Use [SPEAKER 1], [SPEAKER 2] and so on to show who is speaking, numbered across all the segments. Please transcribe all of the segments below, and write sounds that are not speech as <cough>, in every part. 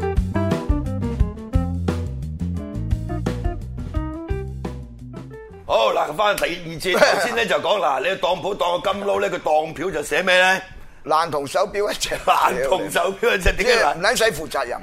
[SPEAKER 1] <laughs>
[SPEAKER 2] 嗱，翻第二節，頭先咧就講嗱，你當鋪當個金撈咧，佢當票就寫咩
[SPEAKER 1] <laughs>
[SPEAKER 2] 咧？
[SPEAKER 1] 爛同手錶一隻，
[SPEAKER 2] 爛同手 <laughs> 錶一隻，
[SPEAKER 1] 即
[SPEAKER 2] 點解
[SPEAKER 1] 係唔
[SPEAKER 2] 爛？
[SPEAKER 1] 撚使負責任，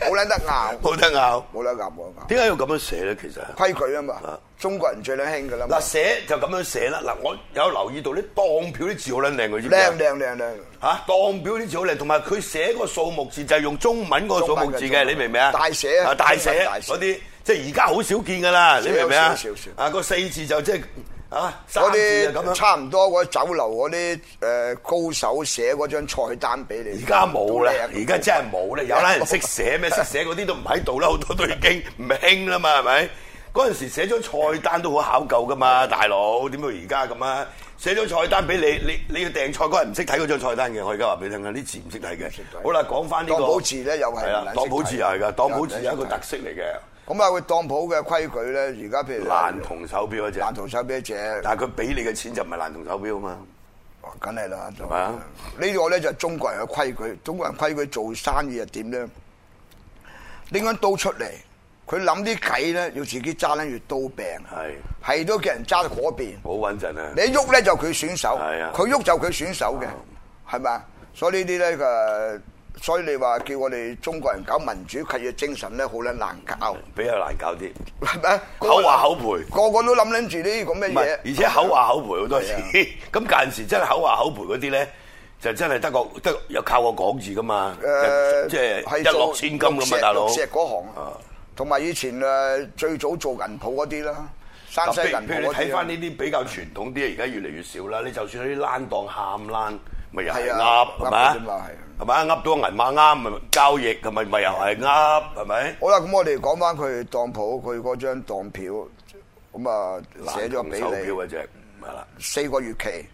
[SPEAKER 1] 冇撚得拗，
[SPEAKER 2] 冇得拗。
[SPEAKER 1] 冇得拗，冇得拗，
[SPEAKER 2] 點解要咁樣寫咧？其實
[SPEAKER 1] 規矩啊嘛
[SPEAKER 2] 啊，
[SPEAKER 1] 中國人最撚興噶啦嘛
[SPEAKER 2] 嗱，，寫就咁樣寫啦。嗱，我有留意到啲當票啲字好撚靚，佢知唔知啊
[SPEAKER 1] 靚靚靚靚，
[SPEAKER 2] 嚇、當表啲字好靚，同埋佢寫個數目字就係用中文嗰個數目字
[SPEAKER 1] 中文嘅
[SPEAKER 2] 嘅，你明唔明啊？
[SPEAKER 1] 大寫啊
[SPEAKER 2] 啊，大
[SPEAKER 1] 中
[SPEAKER 2] 寫
[SPEAKER 1] 文大寫
[SPEAKER 2] 嗰啲，即係而家好少見㗎啦，你明唔明啊
[SPEAKER 1] 少少少？
[SPEAKER 2] 啊，個四字就即係啊三
[SPEAKER 1] 嗰
[SPEAKER 2] 字啊咁
[SPEAKER 1] 啲
[SPEAKER 2] 樣。
[SPEAKER 1] 差唔多嗰啲酒樓嗰啲誒高手寫嗰張菜單俾你，
[SPEAKER 2] 而家冇啦，
[SPEAKER 1] 都靚
[SPEAKER 2] 而家真係
[SPEAKER 1] <laughs>
[SPEAKER 2] 冇啦，有啦人識寫咩？識寫嗰啲都唔喺度啦，好多都已經唔興啦嘛，係咪？嗰陣時寫張菜單都好考究噶嘛，大佬點會而家咁啊？寫張菜單俾你，你你要訂菜嗰人唔識睇嗰張菜單嘅，我而家話俾你聽啊，啲字唔識睇
[SPEAKER 1] 識
[SPEAKER 2] 嘅。
[SPEAKER 1] 睇
[SPEAKER 2] 好啦，講翻呢個
[SPEAKER 1] 當鋪字呢又係唔
[SPEAKER 2] 係啦
[SPEAKER 1] 撚，識
[SPEAKER 2] 當鋪字又係㗎，
[SPEAKER 1] 睇
[SPEAKER 2] 當鋪字有一個
[SPEAKER 1] 又唔撚識睇
[SPEAKER 2] 特色嚟嘅，
[SPEAKER 1] 咁啊，佢當鋪嘅規矩咧，而家譬如
[SPEAKER 2] 爛銅手錶嗰只，
[SPEAKER 1] 爛同手錶一隻，
[SPEAKER 2] 但係佢俾你嘅錢就唔係爛銅手錶啊嘛。
[SPEAKER 1] 哦梗係啦，
[SPEAKER 2] 係咪啊
[SPEAKER 1] 呢個咧就係中國人嘅規矩，中國人規矩做生意係點咧？拎緊刀出嚟，佢諗啲計咧，要自己揸撚住刀柄，
[SPEAKER 2] 係
[SPEAKER 1] 係都叫人揸到嗰邊。
[SPEAKER 2] 好穩陣啊
[SPEAKER 1] 你！喐咧就佢選手，
[SPEAKER 2] 係啊哦
[SPEAKER 1] 佢喐就佢選手嘅，係咪啊？所以呢啲咧誒，所以你話叫我哋中國人搞民主契約精神咧，好撚難搞，
[SPEAKER 2] 比較難搞啲，
[SPEAKER 1] 係咪？
[SPEAKER 2] 口話口賠。
[SPEAKER 1] 個個都諗撚住呢啲咁嘅
[SPEAKER 2] 唔係，而
[SPEAKER 1] 嘢，
[SPEAKER 2] 且口話口賠好多時
[SPEAKER 1] 啊係。啊
[SPEAKER 2] <laughs> 咁間時真係口話口賠嗰啲咧，就真係得個得有靠個講字噶嘛，
[SPEAKER 1] 呃
[SPEAKER 2] 即係一落千金咁
[SPEAKER 1] 咁
[SPEAKER 2] 啊，大佬。
[SPEAKER 1] 石嗰行
[SPEAKER 2] 啊，
[SPEAKER 1] 同埋以前誒最早做銀鋪嗰啲啦，山
[SPEAKER 2] 嗱
[SPEAKER 1] 西銀
[SPEAKER 2] 譬如譬如你
[SPEAKER 1] 鋪嗰
[SPEAKER 2] 睇
[SPEAKER 1] 啲
[SPEAKER 2] 翻
[SPEAKER 1] 啊
[SPEAKER 2] 呢。啲比較傳統啲，而家越嚟越少啦。你就算喺啲冷檔喊冷，咪又係
[SPEAKER 1] 係啊
[SPEAKER 2] 噏係咪
[SPEAKER 1] 噏啫嘛
[SPEAKER 2] 啊？
[SPEAKER 1] 係
[SPEAKER 2] 係咪啊？噏到銀碼啱咪交易，係咪咪又係
[SPEAKER 1] 啊
[SPEAKER 2] 噏係咪？
[SPEAKER 1] 好啦，咁我哋講翻佢當鋪，佢嗰張當票，咁啊寫咗俾
[SPEAKER 2] 手表
[SPEAKER 1] 你。
[SPEAKER 2] 嗰只係啦。
[SPEAKER 1] 四個月期，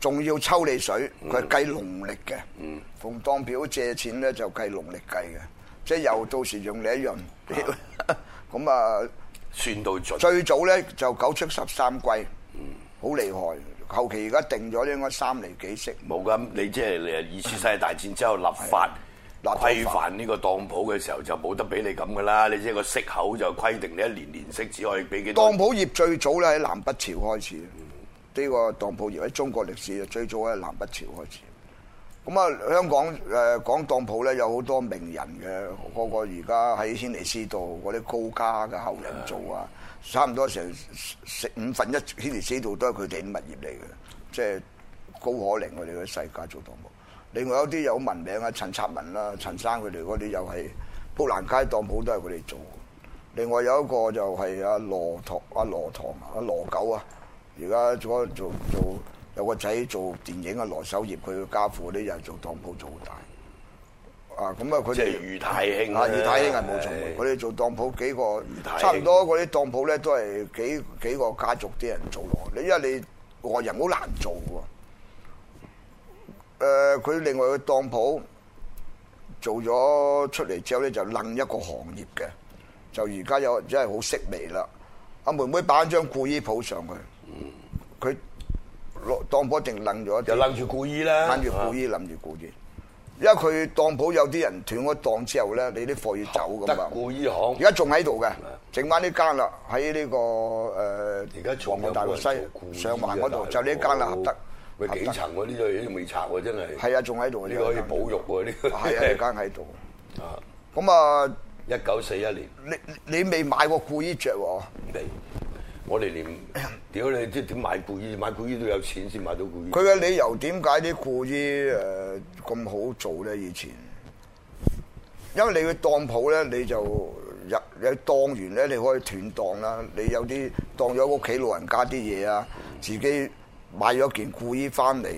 [SPEAKER 1] 仲要抽你水，
[SPEAKER 2] 嗯
[SPEAKER 1] 佢係計農曆嘅。同當表借錢咧就計農曆計嘅，即係又到時用你
[SPEAKER 2] <laughs>
[SPEAKER 1] 一樣。咁啊，
[SPEAKER 2] 算到盡，
[SPEAKER 1] 最早咧就九出十三歸，好厲害。後期而家定咗應該三厘幾息。
[SPEAKER 2] 冇咁你即係你二次世界大戰之後立法
[SPEAKER 1] 啊立法
[SPEAKER 2] 規範呢個當鋪嘅時候，就冇得俾你咁噶啦。你即係個息口就規定你一年年息只可以俾幾多
[SPEAKER 1] 當？鋪業最早咧喺南北朝開始，呢個當鋪業喺中國歷史就最早喺南北朝開始。咁啊，香港誒、呃、講當鋪咧有好多名人嘅，個個而家喺軒尼詩道嗰啲高家嘅後人做啊，差唔多成食五分一軒尼詩道都係佢哋啲物業嚟嘅，即係高可寧佢哋嘅世界做當鋪。另外有啲有文名啊，陳策文啦、陳生佢哋嗰啲又係砵蘭街當鋪都係佢哋做嘅。另外有一個就係阿羅唐、阿羅唐、阿羅九啊，而家做做做有個仔做電影啊，羅守業佢嘅家父啲又係做當鋪做大啊，咁啊佢
[SPEAKER 2] 即係
[SPEAKER 1] 哋
[SPEAKER 2] 裕泰興
[SPEAKER 1] 啊，裕泰興係冇錯
[SPEAKER 2] 唉，
[SPEAKER 1] 佢哋做當鋪幾
[SPEAKER 2] 裕
[SPEAKER 1] 個
[SPEAKER 2] 泰興
[SPEAKER 1] 差唔多嗰啲當鋪咧都係幾幾個家族啲人做落，你因為你外人好難做喎。誒、佢另外嘅當鋪做咗出嚟之後咧，就楞一個行業嘅，就而家有真係好式微啦。阿妹妹擺張故衣鋪上去，
[SPEAKER 2] 嗯
[SPEAKER 1] 佢攞當鋪一定楞咗一
[SPEAKER 2] 就
[SPEAKER 1] 啲，
[SPEAKER 2] 楞住故意啦，
[SPEAKER 1] 攬住故衣，攬住故衣。因為佢當鋪有啲人斷咗檔之後咧，你啲貨要走啊噶
[SPEAKER 2] 得
[SPEAKER 1] 嘛。
[SPEAKER 2] 故意行
[SPEAKER 1] 而。家仲喺度嘅，剩翻呢間啦，喺呢個
[SPEAKER 2] 而
[SPEAKER 1] 誒
[SPEAKER 2] 家
[SPEAKER 1] 皇
[SPEAKER 2] 仲有
[SPEAKER 1] 后大道
[SPEAKER 2] 冇
[SPEAKER 1] 西
[SPEAKER 2] 人做故意啊
[SPEAKER 1] 上環嗰度，
[SPEAKER 2] 大
[SPEAKER 1] 就
[SPEAKER 2] 佬
[SPEAKER 1] 呢間啦，合德。
[SPEAKER 2] 喂，幾
[SPEAKER 1] 合德
[SPEAKER 2] 層嗰啲嘢都未拆喎，真係。
[SPEAKER 1] 係啊，仲喺度嘅
[SPEAKER 2] 呢個可以保育喎，呢個
[SPEAKER 1] 係啊，呢間喺度。
[SPEAKER 2] 啊，
[SPEAKER 1] 咁啊，
[SPEAKER 2] 一九四一年。
[SPEAKER 1] 你你未買過故衣着喎？
[SPEAKER 2] 你我哋連屌你即係點買故衣？買故衣都有錢先買到故衣。
[SPEAKER 1] 佢嘅理由點解啲故衣誒咁好做咧？以前，因為你去當鋪咧，你就入你當完咧，你可以斷檔啦。你有啲當咗屋企老人家啲嘢啊，自己買咗件故衣翻嚟。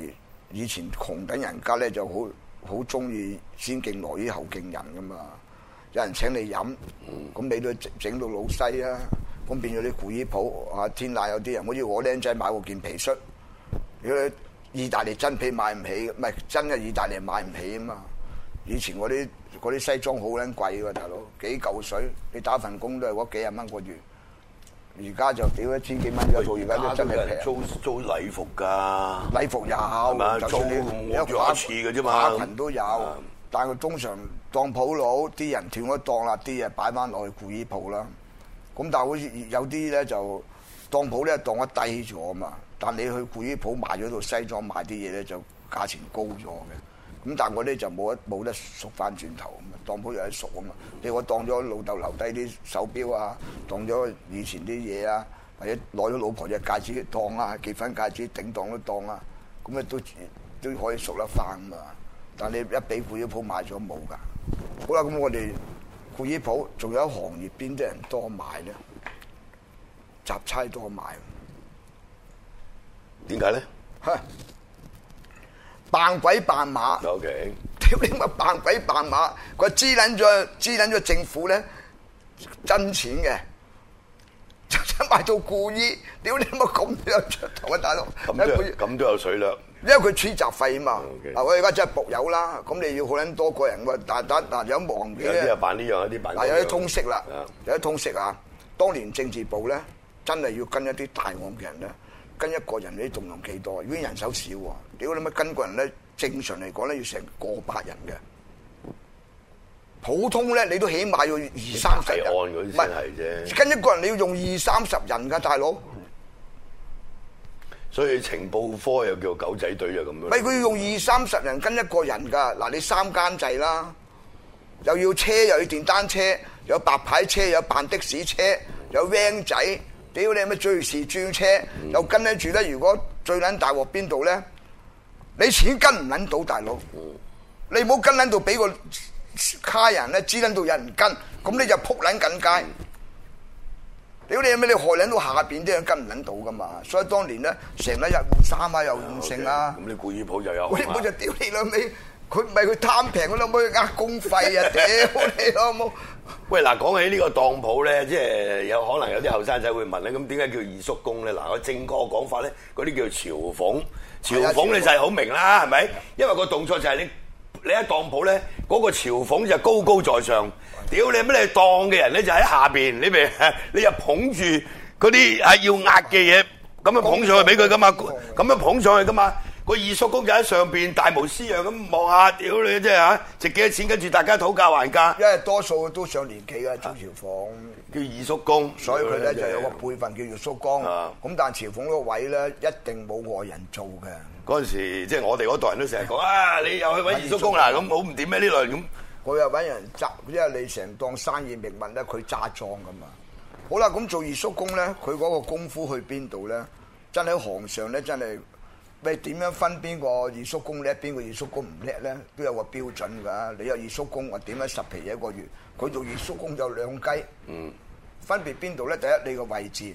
[SPEAKER 1] 以前窮緊人家咧就好好中意先敬羅衣後敬人噶嘛。有人請你飲，咁你都整整到老西啊。咁變咗啲故衣鋪啊，天奶有啲人好似我僆仔買過件皮恤。如果意大利真皮買唔起，唔係真嘅意大利買唔起啊嘛。以前嗰啲嗰啲西裝好撚貴喎，大佬幾嚿水，你打份工都係嗰幾廿蚊個月。而家就屌一千幾蚊一個月，而家都真
[SPEAKER 2] 都有
[SPEAKER 1] 係
[SPEAKER 2] 人
[SPEAKER 1] 平。
[SPEAKER 2] 租租禮服㗎，
[SPEAKER 1] 禮服有，
[SPEAKER 2] 咪啊
[SPEAKER 1] 就算你
[SPEAKER 2] 租
[SPEAKER 1] 有
[SPEAKER 2] 租一次嘅啫嘛
[SPEAKER 1] 下裙都有
[SPEAKER 2] 啊，
[SPEAKER 1] 但係佢通常當鋪佬啲人斷咗檔啦，啲嘢擺翻落去故衣鋪啦。咁但係好似有啲咧就當鋪咧當得低咗嘛，但你去古衣鋪賣咗到西裝賣啲嘢咧就價錢高咗嘅。咁但我咧就冇得冇得贖翻轉頭咁啊，當鋪有得贖啊嘛。你我當咗老豆留低啲手錶啊，當咗以前啲嘢啊，或者攞咗老婆隻戒指當啊，結婚戒指頂當都當啊，咁啊都都可以贖得翻嘛。但你一俾古衣鋪賣咗冇㗎。好啦，咁我哋古衣鋪仲有一行業邊啲人多賣咧？雜差多賣，
[SPEAKER 2] 點解咧
[SPEAKER 1] 哼扮鬼扮馬，
[SPEAKER 2] ？O K，
[SPEAKER 1] <laughs> 屌你咪扮鬼扮馬，佢知撚咗知撚咗政府咧真錢嘅， <laughs> 就想賣到故衣，屌你咪咁樣出頭啊大佬，
[SPEAKER 2] 咁
[SPEAKER 1] 一
[SPEAKER 2] 都有
[SPEAKER 1] 個月
[SPEAKER 2] 咁都有水啦。
[SPEAKER 1] 因為佢儲集費啊嘛
[SPEAKER 2] OK，
[SPEAKER 1] 嗱我而家真係博友啦，咁你要好撚多個人喎，但但嗱有忙嘅
[SPEAKER 2] 有啲又扮呢樣，有啲扮嗰
[SPEAKER 1] 嗱
[SPEAKER 2] 樣
[SPEAKER 1] 有啲通識啦
[SPEAKER 2] 啊，
[SPEAKER 1] 有啲通識啊。當年政治部咧，真係要跟一啲大案嘅人咧，跟一個人你動用幾多？如果人手少喎，屌你乜跟個人咧，正常嚟講咧要成過百人嘅。普通咧，你都起碼要二三十人，
[SPEAKER 2] 大案嗰啲先係啫
[SPEAKER 1] 唔係跟一個人你要用二三十人㗎，大佬。
[SPEAKER 2] 所以情報科又叫狗仔隊就咁樣。
[SPEAKER 1] 咪佢要用二三十人跟一個人㗎。嗱，你三間制啦，又要車，又要電單車，有白牌車，有扮的士車，有 van 仔，屌你乜最時專車，又跟得住咧。如果最撚大鑊邊度咧？你錢跟唔撚到，大佬，你唔好跟撚到俾個卡人咧，知撚到有人跟，咁你就撲撚緊街。屌你咩！你害撚到下邊啲人跟唔撚到噶嘛，所以當年咧成日日換衫啊，又
[SPEAKER 2] 啊
[SPEAKER 1] 換
[SPEAKER 2] OK，
[SPEAKER 1] 性啊。
[SPEAKER 2] 咁你故意抱就有。
[SPEAKER 1] 我哋冇就屌你老味，佢唔係佢貪平，佢老母呃公費啊！屌你老母，
[SPEAKER 2] 喂，嗱，講起呢個當鋪咧，即係有可能有啲後生仔會問咧，咁點解叫二叔公咧？嗱，我正確講法咧，嗰啲叫嘲諷，
[SPEAKER 1] 係
[SPEAKER 2] 嘲
[SPEAKER 1] 啊
[SPEAKER 2] 諷你就係好明啦，係咪？因為個動作就係你你喺當鋪咧，嗰、個嘲諷就高高在上，屌你乜你當嘅人咧就喺下邊，你咪 <laughs> 你就捧住嗰啲啊要壓嘅嘢，咁樣捧上去俾佢噶嘛，咁樣捧上去噶嘛。個二叔公就喺上邊大無私樣咁望下，屌你真係嚇，值幾多錢？跟住大家討價還價。
[SPEAKER 1] 因為多數都上年紀嘅朱朝鳳，
[SPEAKER 2] 叫二叔公，
[SPEAKER 1] 所以佢咧就有個輩分叫做叔公。
[SPEAKER 2] 啊
[SPEAKER 1] 咁但係朝鳳嗰個位咧一定冇外人做嘅。
[SPEAKER 2] 嗰陣時，即係我哋嗰代人都成日講啊，你又去揾二叔公啦，咁好唔掂咩呢類咁。
[SPEAKER 1] 佢又揾人揸，因為你成檔生意命運咧，佢揸莊噶嘛。好啦，咁做二叔公咧，佢嗰個功夫去邊度咧？真係喺行上咧，真係喂點樣分邊個二叔公叻，邊個二叔公唔叻咧？都有個標準㗎。你有二叔公，我點樣十皮嘢一個月？佢做二叔公就兩雞。嗯。分別邊度咧？第一，你個位置，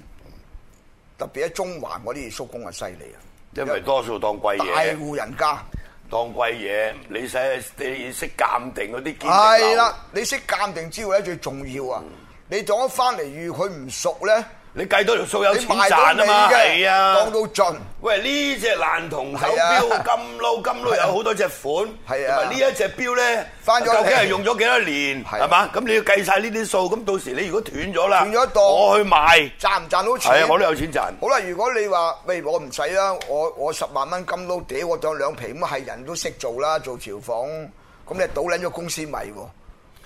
[SPEAKER 1] 特別喺中環嗰啲二叔公啊，犀利啊！
[SPEAKER 2] 因為多數當貴
[SPEAKER 1] 大
[SPEAKER 2] 嘢，
[SPEAKER 1] 戶人家。
[SPEAKER 2] 當貴嘢，你使你識鑑定嗰啲堅
[SPEAKER 1] 係
[SPEAKER 2] 定流
[SPEAKER 1] 啦，，你識鑑定之後咧，最重要啊！你當一翻嚟遇佢唔熟咧，
[SPEAKER 2] 你計到條數有
[SPEAKER 1] 你
[SPEAKER 2] 錢
[SPEAKER 1] 賣到
[SPEAKER 2] 賺啊嘛，
[SPEAKER 1] 尾
[SPEAKER 2] 係
[SPEAKER 1] 嘅，
[SPEAKER 2] 啊
[SPEAKER 1] 當。到盡。
[SPEAKER 2] 喂，呢只爛銅手
[SPEAKER 1] 係啊
[SPEAKER 2] 錶金撈金撈有好多隻款，
[SPEAKER 1] 係啊
[SPEAKER 2] 同埋呢一隻錶咧，
[SPEAKER 1] 翻咗
[SPEAKER 2] 究竟係
[SPEAKER 1] 嚟
[SPEAKER 2] 用咗幾多年，
[SPEAKER 1] 係
[SPEAKER 2] 係嘛？咁你要計晒呢啲數，咁到時你如果斷咗啦，
[SPEAKER 1] 斷咗檔
[SPEAKER 2] 我去賣，
[SPEAKER 1] 賺唔賺到錢？
[SPEAKER 2] 係啊，我都有錢賺。
[SPEAKER 1] 好啦，如果你話喂我唔使啦，我我十萬蚊金撈嗲我當兩皮咁，係人都識做啦，做潮房咁你倒撚咗公司米喎，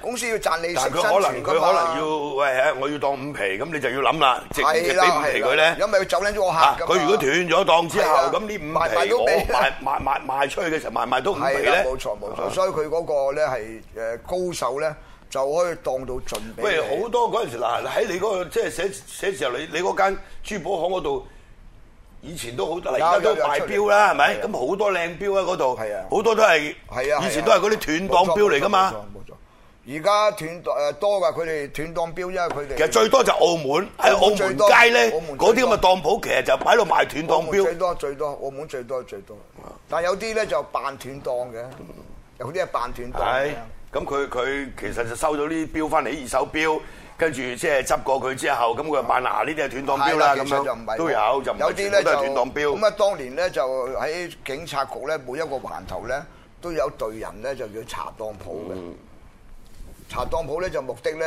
[SPEAKER 1] 公司要賺你食
[SPEAKER 2] 但
[SPEAKER 1] 生
[SPEAKER 2] 係佢可能
[SPEAKER 1] 存
[SPEAKER 2] 佢
[SPEAKER 1] 㗎
[SPEAKER 2] 可
[SPEAKER 1] 嘛
[SPEAKER 2] 能要喂係我要當五皮，咁你就要諗啦，值唔值
[SPEAKER 1] 係
[SPEAKER 2] 俾
[SPEAKER 1] 啦
[SPEAKER 2] 五皮
[SPEAKER 1] 係
[SPEAKER 2] 佢咧
[SPEAKER 1] 啦，？因為佢走撚咗我客
[SPEAKER 2] 啊
[SPEAKER 1] 㗎嘛
[SPEAKER 2] 佢如果斷咗檔之後，
[SPEAKER 1] 係啊
[SPEAKER 2] 咁呢五
[SPEAKER 1] 賣賣
[SPEAKER 2] 皮
[SPEAKER 1] 到
[SPEAKER 2] 我
[SPEAKER 1] 尾
[SPEAKER 2] 賣賣賣賣出去嘅時候賣賣到五皮
[SPEAKER 1] 係啦
[SPEAKER 2] 咧，，
[SPEAKER 1] 冇錯冇錯，
[SPEAKER 2] 啊。
[SPEAKER 1] 所以佢嗰個咧係誒高手咧就可以當到盡俾
[SPEAKER 2] 喂，
[SPEAKER 1] 你
[SPEAKER 2] 好多嗰陣時嗱喺你嗰個即係寫寫字樓，你你嗰間珠寶行嗰度。以前都好多，而家都
[SPEAKER 1] 有有
[SPEAKER 2] 賣
[SPEAKER 1] 出嚟
[SPEAKER 2] 錶啦，係咪？
[SPEAKER 1] 係啊
[SPEAKER 2] 咁好多靚錶啊，嗰度
[SPEAKER 1] 係啊
[SPEAKER 2] 好多都係
[SPEAKER 1] 係啊，
[SPEAKER 2] 以前
[SPEAKER 1] 係
[SPEAKER 2] 都
[SPEAKER 1] 啊
[SPEAKER 2] 係嗰啲斷檔錶嚟㗎嘛。
[SPEAKER 1] 冇錯，冇錯冇錯而家斷誒多㗎，佢哋斷檔錶，因為佢哋
[SPEAKER 2] 其實最多就澳門喺
[SPEAKER 1] 澳
[SPEAKER 2] 澳
[SPEAKER 1] 門最
[SPEAKER 2] 門
[SPEAKER 1] 多
[SPEAKER 2] 街咧
[SPEAKER 1] 澳，門
[SPEAKER 2] 嗰
[SPEAKER 1] 最
[SPEAKER 2] 啲咁
[SPEAKER 1] 多
[SPEAKER 2] 嘅當鋪其實就擺到賣斷
[SPEAKER 1] 澳
[SPEAKER 2] 檔
[SPEAKER 1] 門
[SPEAKER 2] 錶
[SPEAKER 1] 最。多最多，澳門最多最多。但有啲咧就扮斷檔嘅，有啲係扮斷檔
[SPEAKER 2] 係
[SPEAKER 1] 嘅。，
[SPEAKER 2] 咁佢佢其實就收到呢啲錶翻嚟，二手錶，跟住即係執過佢之後，咁佢就扮嗱呢啲係斷檔錶啦，
[SPEAKER 1] 係
[SPEAKER 2] 咁
[SPEAKER 1] 其實就唔
[SPEAKER 2] 樣
[SPEAKER 1] 係
[SPEAKER 2] 都有，就唔
[SPEAKER 1] 有
[SPEAKER 2] 係
[SPEAKER 1] 啲
[SPEAKER 2] 全
[SPEAKER 1] 咧
[SPEAKER 2] 部
[SPEAKER 1] 就
[SPEAKER 2] 都係斷檔錶
[SPEAKER 1] 咁。啊，當年咧就喺警察局咧，每一個環頭咧都有隊人咧就叫查當鋪嘅。
[SPEAKER 2] 嗯
[SPEAKER 1] 查當鋪咧就目的咧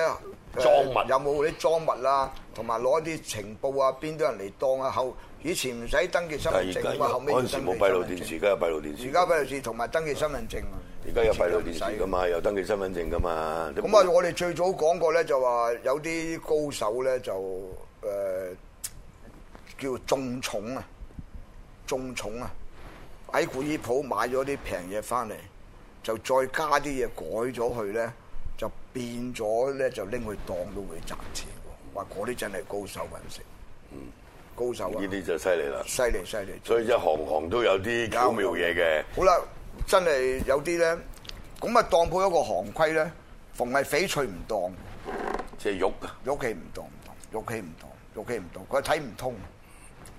[SPEAKER 2] 贓物
[SPEAKER 1] 誒有冇啲贓物啊，同埋攞啲情報啊，邊啲人嚟當啊？後以前唔使登記身
[SPEAKER 2] 但
[SPEAKER 1] 份
[SPEAKER 2] 係而
[SPEAKER 1] 證啊
[SPEAKER 2] 家
[SPEAKER 1] 嘛，後尾要
[SPEAKER 2] 嗰陣
[SPEAKER 1] 登
[SPEAKER 2] 時
[SPEAKER 1] 記身
[SPEAKER 2] 冇
[SPEAKER 1] 份
[SPEAKER 2] 閉路電視，
[SPEAKER 1] 證。
[SPEAKER 2] 而家有閉路電視。
[SPEAKER 1] 而家閉路電視同埋登記身份證啊。
[SPEAKER 2] 而家有閉路電視噶
[SPEAKER 1] 咁。
[SPEAKER 2] 嘛，有登記身份證噶嘛。你
[SPEAKER 1] 咁啊，我哋最早講過咧，就話有啲高手咧就誒、呃叫種重啊，種重啊，喺古衣鋪買咗啲平嘢翻嚟，就再加啲嘢改咗佢咧，就變咗咧就拎去當都會賺錢喎。哇！嗰啲真係高手揾食，高手啊
[SPEAKER 2] 嗯呢，啲就犀利啦。
[SPEAKER 1] 犀利犀利。
[SPEAKER 2] 所以即係行行都有啲巧妙嘢嘅。
[SPEAKER 1] 好啦，真係有啲咧，咁啊當鋪有一個行規咧，逢係翡翠唔當，
[SPEAKER 2] 即係肉啊，
[SPEAKER 1] 玉器唔當唔當，玉器唔當，玉器唔當，佢睇唔通，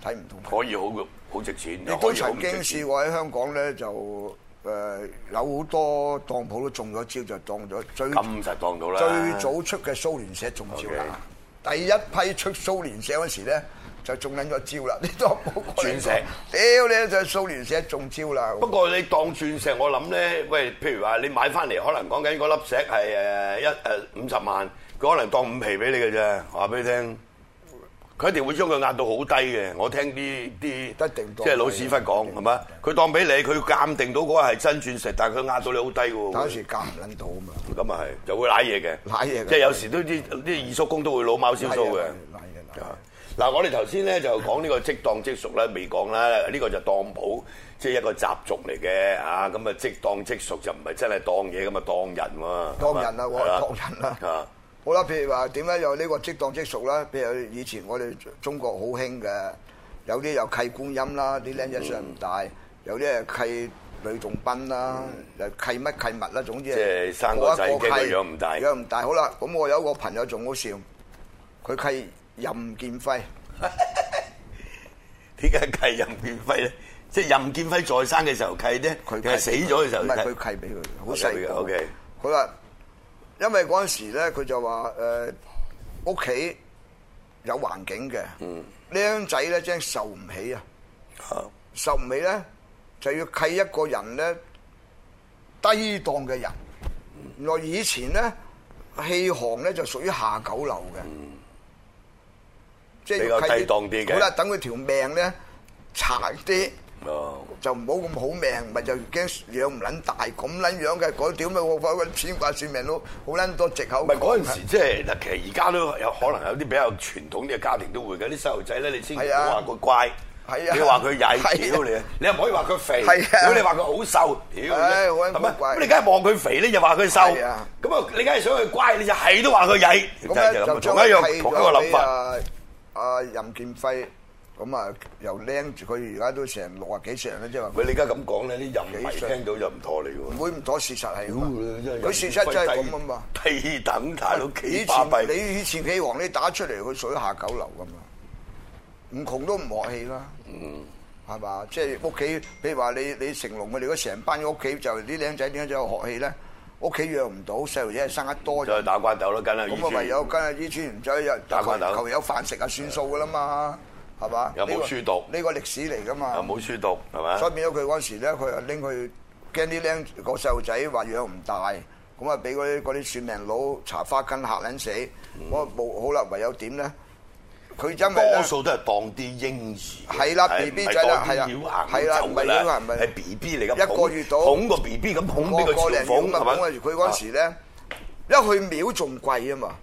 [SPEAKER 1] 睇唔通。
[SPEAKER 2] 可以好好值錢，
[SPEAKER 1] 亦
[SPEAKER 2] 又
[SPEAKER 1] 都
[SPEAKER 2] 可以好
[SPEAKER 1] 曾
[SPEAKER 2] 唔
[SPEAKER 1] 經
[SPEAKER 2] 值
[SPEAKER 1] 試
[SPEAKER 2] 錢。
[SPEAKER 1] 過喺香港咧，就誒、呃有好多當鋪都中咗招，就當咗最
[SPEAKER 2] 咁實當到啦。
[SPEAKER 1] 最早出嘅蘇聯社中招啦。第一批出蘇聯社嗰時咧，就中緊咗招啦。呢 <laughs> 當鋪過嚟
[SPEAKER 2] 鑽石
[SPEAKER 1] 屌你就蘇聯社中招啦。
[SPEAKER 2] 不過你當鑽石，我諗咧，喂，譬如話你買翻嚟，可能講緊嗰粒石係誒一誒五十萬，佢可能當五皮俾你嘅啫，話俾你聽。佢一定會將佢壓到好低嘅，我聽啲啲
[SPEAKER 1] 一定
[SPEAKER 2] 即
[SPEAKER 1] 當
[SPEAKER 2] 係老屎忽講係嘛？佢當俾你，佢鑑定到嗰個係真鑽石，但係佢壓到你好低嘅喎。
[SPEAKER 1] 但有時夾唔撚到啊嘛。
[SPEAKER 2] 咁啊係，就會攋嘢嘅，
[SPEAKER 1] 攋嘢嘅啊
[SPEAKER 2] 即係有時都啲啲二叔公都會老貓燒鬚嘅。
[SPEAKER 1] 攋嘢攋嘢攋嘢
[SPEAKER 2] 啊嗱，我哋頭先咧就講呢個即當即熟啦，未講啦。呢、個就當鋪，即係一個習俗嚟嘅啊。咁啊，即當即熟就唔係真係當嘢咁啊，當人喎。
[SPEAKER 1] 當人啦，我
[SPEAKER 2] 係
[SPEAKER 1] 係當人啦。
[SPEAKER 2] 啊，
[SPEAKER 1] 好啦，譬如話點解有呢個即當即熟啦？譬如以前我哋中國好興嘅，有啲有契觀音啦，啲僆仔雖然唔大，
[SPEAKER 2] 嗯
[SPEAKER 1] 有啲係契呂洞賓啦，又契乜契物啦，總之
[SPEAKER 2] 即係生個仔
[SPEAKER 1] 嗰一
[SPEAKER 2] 驚佢
[SPEAKER 1] 契
[SPEAKER 2] 養唔大
[SPEAKER 1] 養唔大好啦。咁我有一個朋友仲好笑，佢契任劍輝，
[SPEAKER 2] 點解契任建輝咧？即係任建輝在生嘅時候契啫，
[SPEAKER 1] 佢
[SPEAKER 2] 佢係死咗嘅時候
[SPEAKER 1] 唔
[SPEAKER 2] 契。
[SPEAKER 1] 係佢契俾佢，好細個。
[SPEAKER 2] OK，OK
[SPEAKER 1] 好啦，因為嗰陣時咧，佢就話誒屋企有環境嘅，
[SPEAKER 2] 嗯
[SPEAKER 1] 僆仔咧真係受唔起啊！
[SPEAKER 2] 啊
[SPEAKER 1] 受唔起咧，就要契一個人咧低檔嘅人。原來以前咧，戲行咧就屬於下九流嘅，即係要
[SPEAKER 2] 嗯比較低
[SPEAKER 1] 契
[SPEAKER 2] 檔啲嘅
[SPEAKER 1] 好啦，等佢條命咧殘啲。
[SPEAKER 2] 哦，
[SPEAKER 1] 就唔好咁好命，咪就驚養唔撚大咁撚樣嘅，嗰屌咪我揾錢掛算命佬，好撚多藉口。
[SPEAKER 2] 唔係嗰陣時，即係嗱，其實而家都有可能有啲比較傳統啲嘅家庭都會嘅，啲細路仔咧，你先唔
[SPEAKER 1] 係啊
[SPEAKER 2] 好話佢乖，
[SPEAKER 1] 係啊
[SPEAKER 2] 你話佢
[SPEAKER 1] 係啊
[SPEAKER 2] 曳，屌你，你又唔可以話佢肥，
[SPEAKER 1] 係啊
[SPEAKER 2] 如果你話佢好瘦，屌
[SPEAKER 1] 唉
[SPEAKER 2] 你，
[SPEAKER 1] 好鬼
[SPEAKER 2] 係咪？
[SPEAKER 1] 怪
[SPEAKER 2] 咁你梗係望佢肥咧，又話佢瘦，
[SPEAKER 1] 係啊
[SPEAKER 2] 咁啊，你梗係想佢乖，你就係都話佢曳，就
[SPEAKER 1] 咁
[SPEAKER 2] 係
[SPEAKER 1] 咧
[SPEAKER 2] 咁，
[SPEAKER 1] 就
[SPEAKER 2] 啊
[SPEAKER 1] 將
[SPEAKER 2] 同
[SPEAKER 1] 佢
[SPEAKER 2] 一
[SPEAKER 1] 契
[SPEAKER 2] 樣同一個
[SPEAKER 1] 咗俾
[SPEAKER 2] 諗法，
[SPEAKER 1] 啊阿任劍輝，咁啊又僆住佢，而家都成六啊幾歲人啦，即係話
[SPEAKER 2] 喂，你而家咁講咧，啲任迷
[SPEAKER 1] 幾歲
[SPEAKER 2] 聽到就唔妥你喎
[SPEAKER 1] 唔。會唔妥事實係㗎嘛。
[SPEAKER 2] 屌
[SPEAKER 1] 佢
[SPEAKER 2] 你
[SPEAKER 1] 事
[SPEAKER 2] 真係
[SPEAKER 1] 實真係咁啊嘛。
[SPEAKER 2] 低等大佬
[SPEAKER 1] 以
[SPEAKER 2] 幾巴
[SPEAKER 1] 前
[SPEAKER 2] 閉，
[SPEAKER 1] 你以前戲王你打出嚟，佢水下九流噶嘛，唔窮都唔學戲啦。嗯，係嘛？即係屋企，譬如話你你成龍佢哋嗰成班屋企就啲僆仔點解就學戲咧？屋企養唔到，細路仔生得多，
[SPEAKER 2] 再
[SPEAKER 1] 咁
[SPEAKER 2] 打關鬥啦，梗係以
[SPEAKER 1] 啊唯
[SPEAKER 2] 前
[SPEAKER 1] 有跟阿依村唔仔又
[SPEAKER 2] 打關鬥
[SPEAKER 1] 求有飯食啊，算數噶啦嘛，係嘛？
[SPEAKER 2] 又冇
[SPEAKER 1] 呢個
[SPEAKER 2] 書讀
[SPEAKER 1] 呢個歷史嚟噶嘛
[SPEAKER 2] 又。冇書讀係咪？
[SPEAKER 1] 所以變咗佢嗰陣時咧，佢又拎去驚啲僆個細路仔話養唔大，咁啊俾嗰啲嗰啲算命佬茶花根嚇撚死，我冇好啦，唯有點咧？佢因為
[SPEAKER 2] 多
[SPEAKER 1] 咧
[SPEAKER 2] 數都係當啲嬰兒嘅，
[SPEAKER 1] 啊係啦
[SPEAKER 2] 係
[SPEAKER 1] BB
[SPEAKER 2] 唔係
[SPEAKER 1] 仔啦
[SPEAKER 2] 當啲
[SPEAKER 1] 係啦啊
[SPEAKER 2] 妖行
[SPEAKER 1] 係啦
[SPEAKER 2] 走
[SPEAKER 1] 唔
[SPEAKER 2] 㗎
[SPEAKER 1] 係
[SPEAKER 2] 啦
[SPEAKER 1] 妖行唔係
[SPEAKER 2] 係 B B 嚟㗎，
[SPEAKER 1] 一個
[SPEAKER 2] 捧
[SPEAKER 1] 月到
[SPEAKER 2] 捧個 B B 咁捧俾
[SPEAKER 1] 個
[SPEAKER 2] 佢
[SPEAKER 1] 個
[SPEAKER 2] 朝
[SPEAKER 1] 零
[SPEAKER 2] 奉
[SPEAKER 1] 咁
[SPEAKER 2] 係
[SPEAKER 1] 啊，
[SPEAKER 2] 咪
[SPEAKER 1] 講？住佢嗰陣時咧，因為去廟仲貴啊嘛，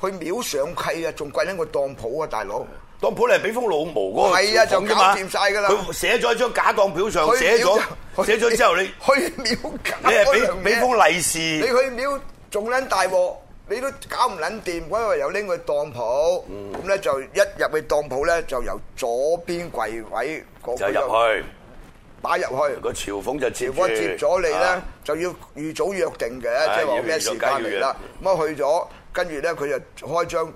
[SPEAKER 1] 去廟上契啊，仲貴拎個當鋪啊，大佬。
[SPEAKER 2] 當普利係俾封老毛嗰個
[SPEAKER 1] 係啊
[SPEAKER 2] 朝奉啫嘛
[SPEAKER 1] 就搞掂晒㗎啦
[SPEAKER 2] 佢寫咗喺張假當票上，
[SPEAKER 1] 去
[SPEAKER 2] 寫咗
[SPEAKER 1] 廟就
[SPEAKER 2] <laughs> 寫咗之後，你
[SPEAKER 1] <laughs> 去廟搞
[SPEAKER 2] 你係
[SPEAKER 1] 嗰樣
[SPEAKER 2] 俾
[SPEAKER 1] 嘢
[SPEAKER 2] 俾封利
[SPEAKER 1] 你去
[SPEAKER 2] 是，
[SPEAKER 1] 廟仲撚大鑊，你都搞唔撚掂，嗰日又拎去當鋪，
[SPEAKER 2] 嗯
[SPEAKER 1] 咁咧就一入去當鋪咧就由左邊櫃位嗰
[SPEAKER 2] 就入去
[SPEAKER 1] 擺入去。
[SPEAKER 2] 個朝奉就接
[SPEAKER 1] 如
[SPEAKER 2] 住，
[SPEAKER 1] 果接咗你咧
[SPEAKER 2] 啊，
[SPEAKER 1] 就要預早約定嘅，
[SPEAKER 2] 啊
[SPEAKER 1] 即係話我
[SPEAKER 2] 要
[SPEAKER 1] 咩
[SPEAKER 2] 預早
[SPEAKER 1] 時間嚟啦。咁啊去咗，跟住咧佢就開張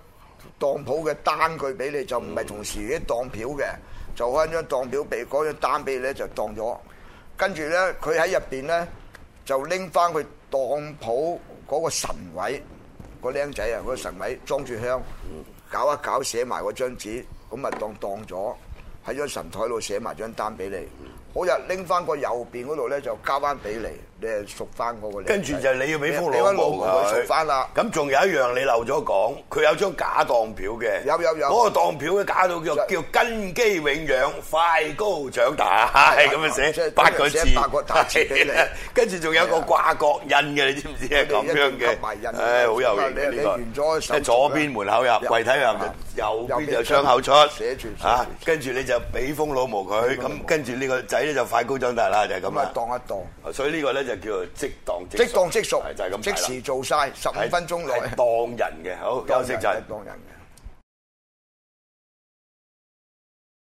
[SPEAKER 1] 當鋪嘅單據俾你，就唔係同時啲當票嘅，就開張當票俾嗰張單俾你咧就當咗。跟住咧佢喺入邊咧就拎翻佢當鋪嗰個神位，個僆仔啊，嗰個神位裝住香，搞一搞寫埋嗰張紙，咁啊當當咗喺張神台度寫埋張單俾你。好日拎翻個右邊嗰度咧就交翻俾你，你係熟翻嗰個靚仔。
[SPEAKER 2] 跟住就係你要俾封
[SPEAKER 1] 你你
[SPEAKER 2] 老
[SPEAKER 1] 揾老
[SPEAKER 2] 婆
[SPEAKER 1] 婆佢
[SPEAKER 2] 佢
[SPEAKER 1] 熟翻啦。
[SPEAKER 2] 咁仲有一樣你漏咗講，佢有張假當票嘅。
[SPEAKER 1] 有有有
[SPEAKER 2] 嗰個當票嘅假到叫
[SPEAKER 1] 就
[SPEAKER 2] 叫根基永養，快高長大，係 <laughs> 咁樣
[SPEAKER 1] 即
[SPEAKER 2] 寫
[SPEAKER 1] 係
[SPEAKER 2] 八個字
[SPEAKER 1] 寫。八個大字俾你
[SPEAKER 2] 係啊 <laughs> 跟住仲有個掛角印嘅，你知唔知啊？
[SPEAKER 1] 我哋
[SPEAKER 2] 咁
[SPEAKER 1] 一定
[SPEAKER 2] 樣
[SPEAKER 1] 吸埋印啊
[SPEAKER 2] 嘅，唉，好有型
[SPEAKER 1] 你
[SPEAKER 2] 嘅
[SPEAKER 1] 你
[SPEAKER 2] 呢
[SPEAKER 1] 完
[SPEAKER 2] 個。
[SPEAKER 1] 咗
[SPEAKER 2] 即係
[SPEAKER 1] 手續啦
[SPEAKER 2] 左邊門口入，櫃體入，右邊
[SPEAKER 1] 入
[SPEAKER 2] 就
[SPEAKER 1] 啊右邊
[SPEAKER 2] 窗口出。
[SPEAKER 1] 寫住寫
[SPEAKER 2] 啊
[SPEAKER 1] 住
[SPEAKER 2] 跟住你就俾封老母佢，
[SPEAKER 1] 封老母
[SPEAKER 2] 咁跟住呢個仔咧就快高長大啦，就係咁
[SPEAKER 1] 咁啊
[SPEAKER 2] 啦。
[SPEAKER 1] 當一當，
[SPEAKER 2] 所以呢個咧就叫做即當即
[SPEAKER 1] 即當即熟
[SPEAKER 2] 係就係咁，
[SPEAKER 1] 即
[SPEAKER 2] 解啦
[SPEAKER 1] 時做晒，十五分鐘內
[SPEAKER 2] 係當人嘅，好休息陣
[SPEAKER 1] 係。當人嘅。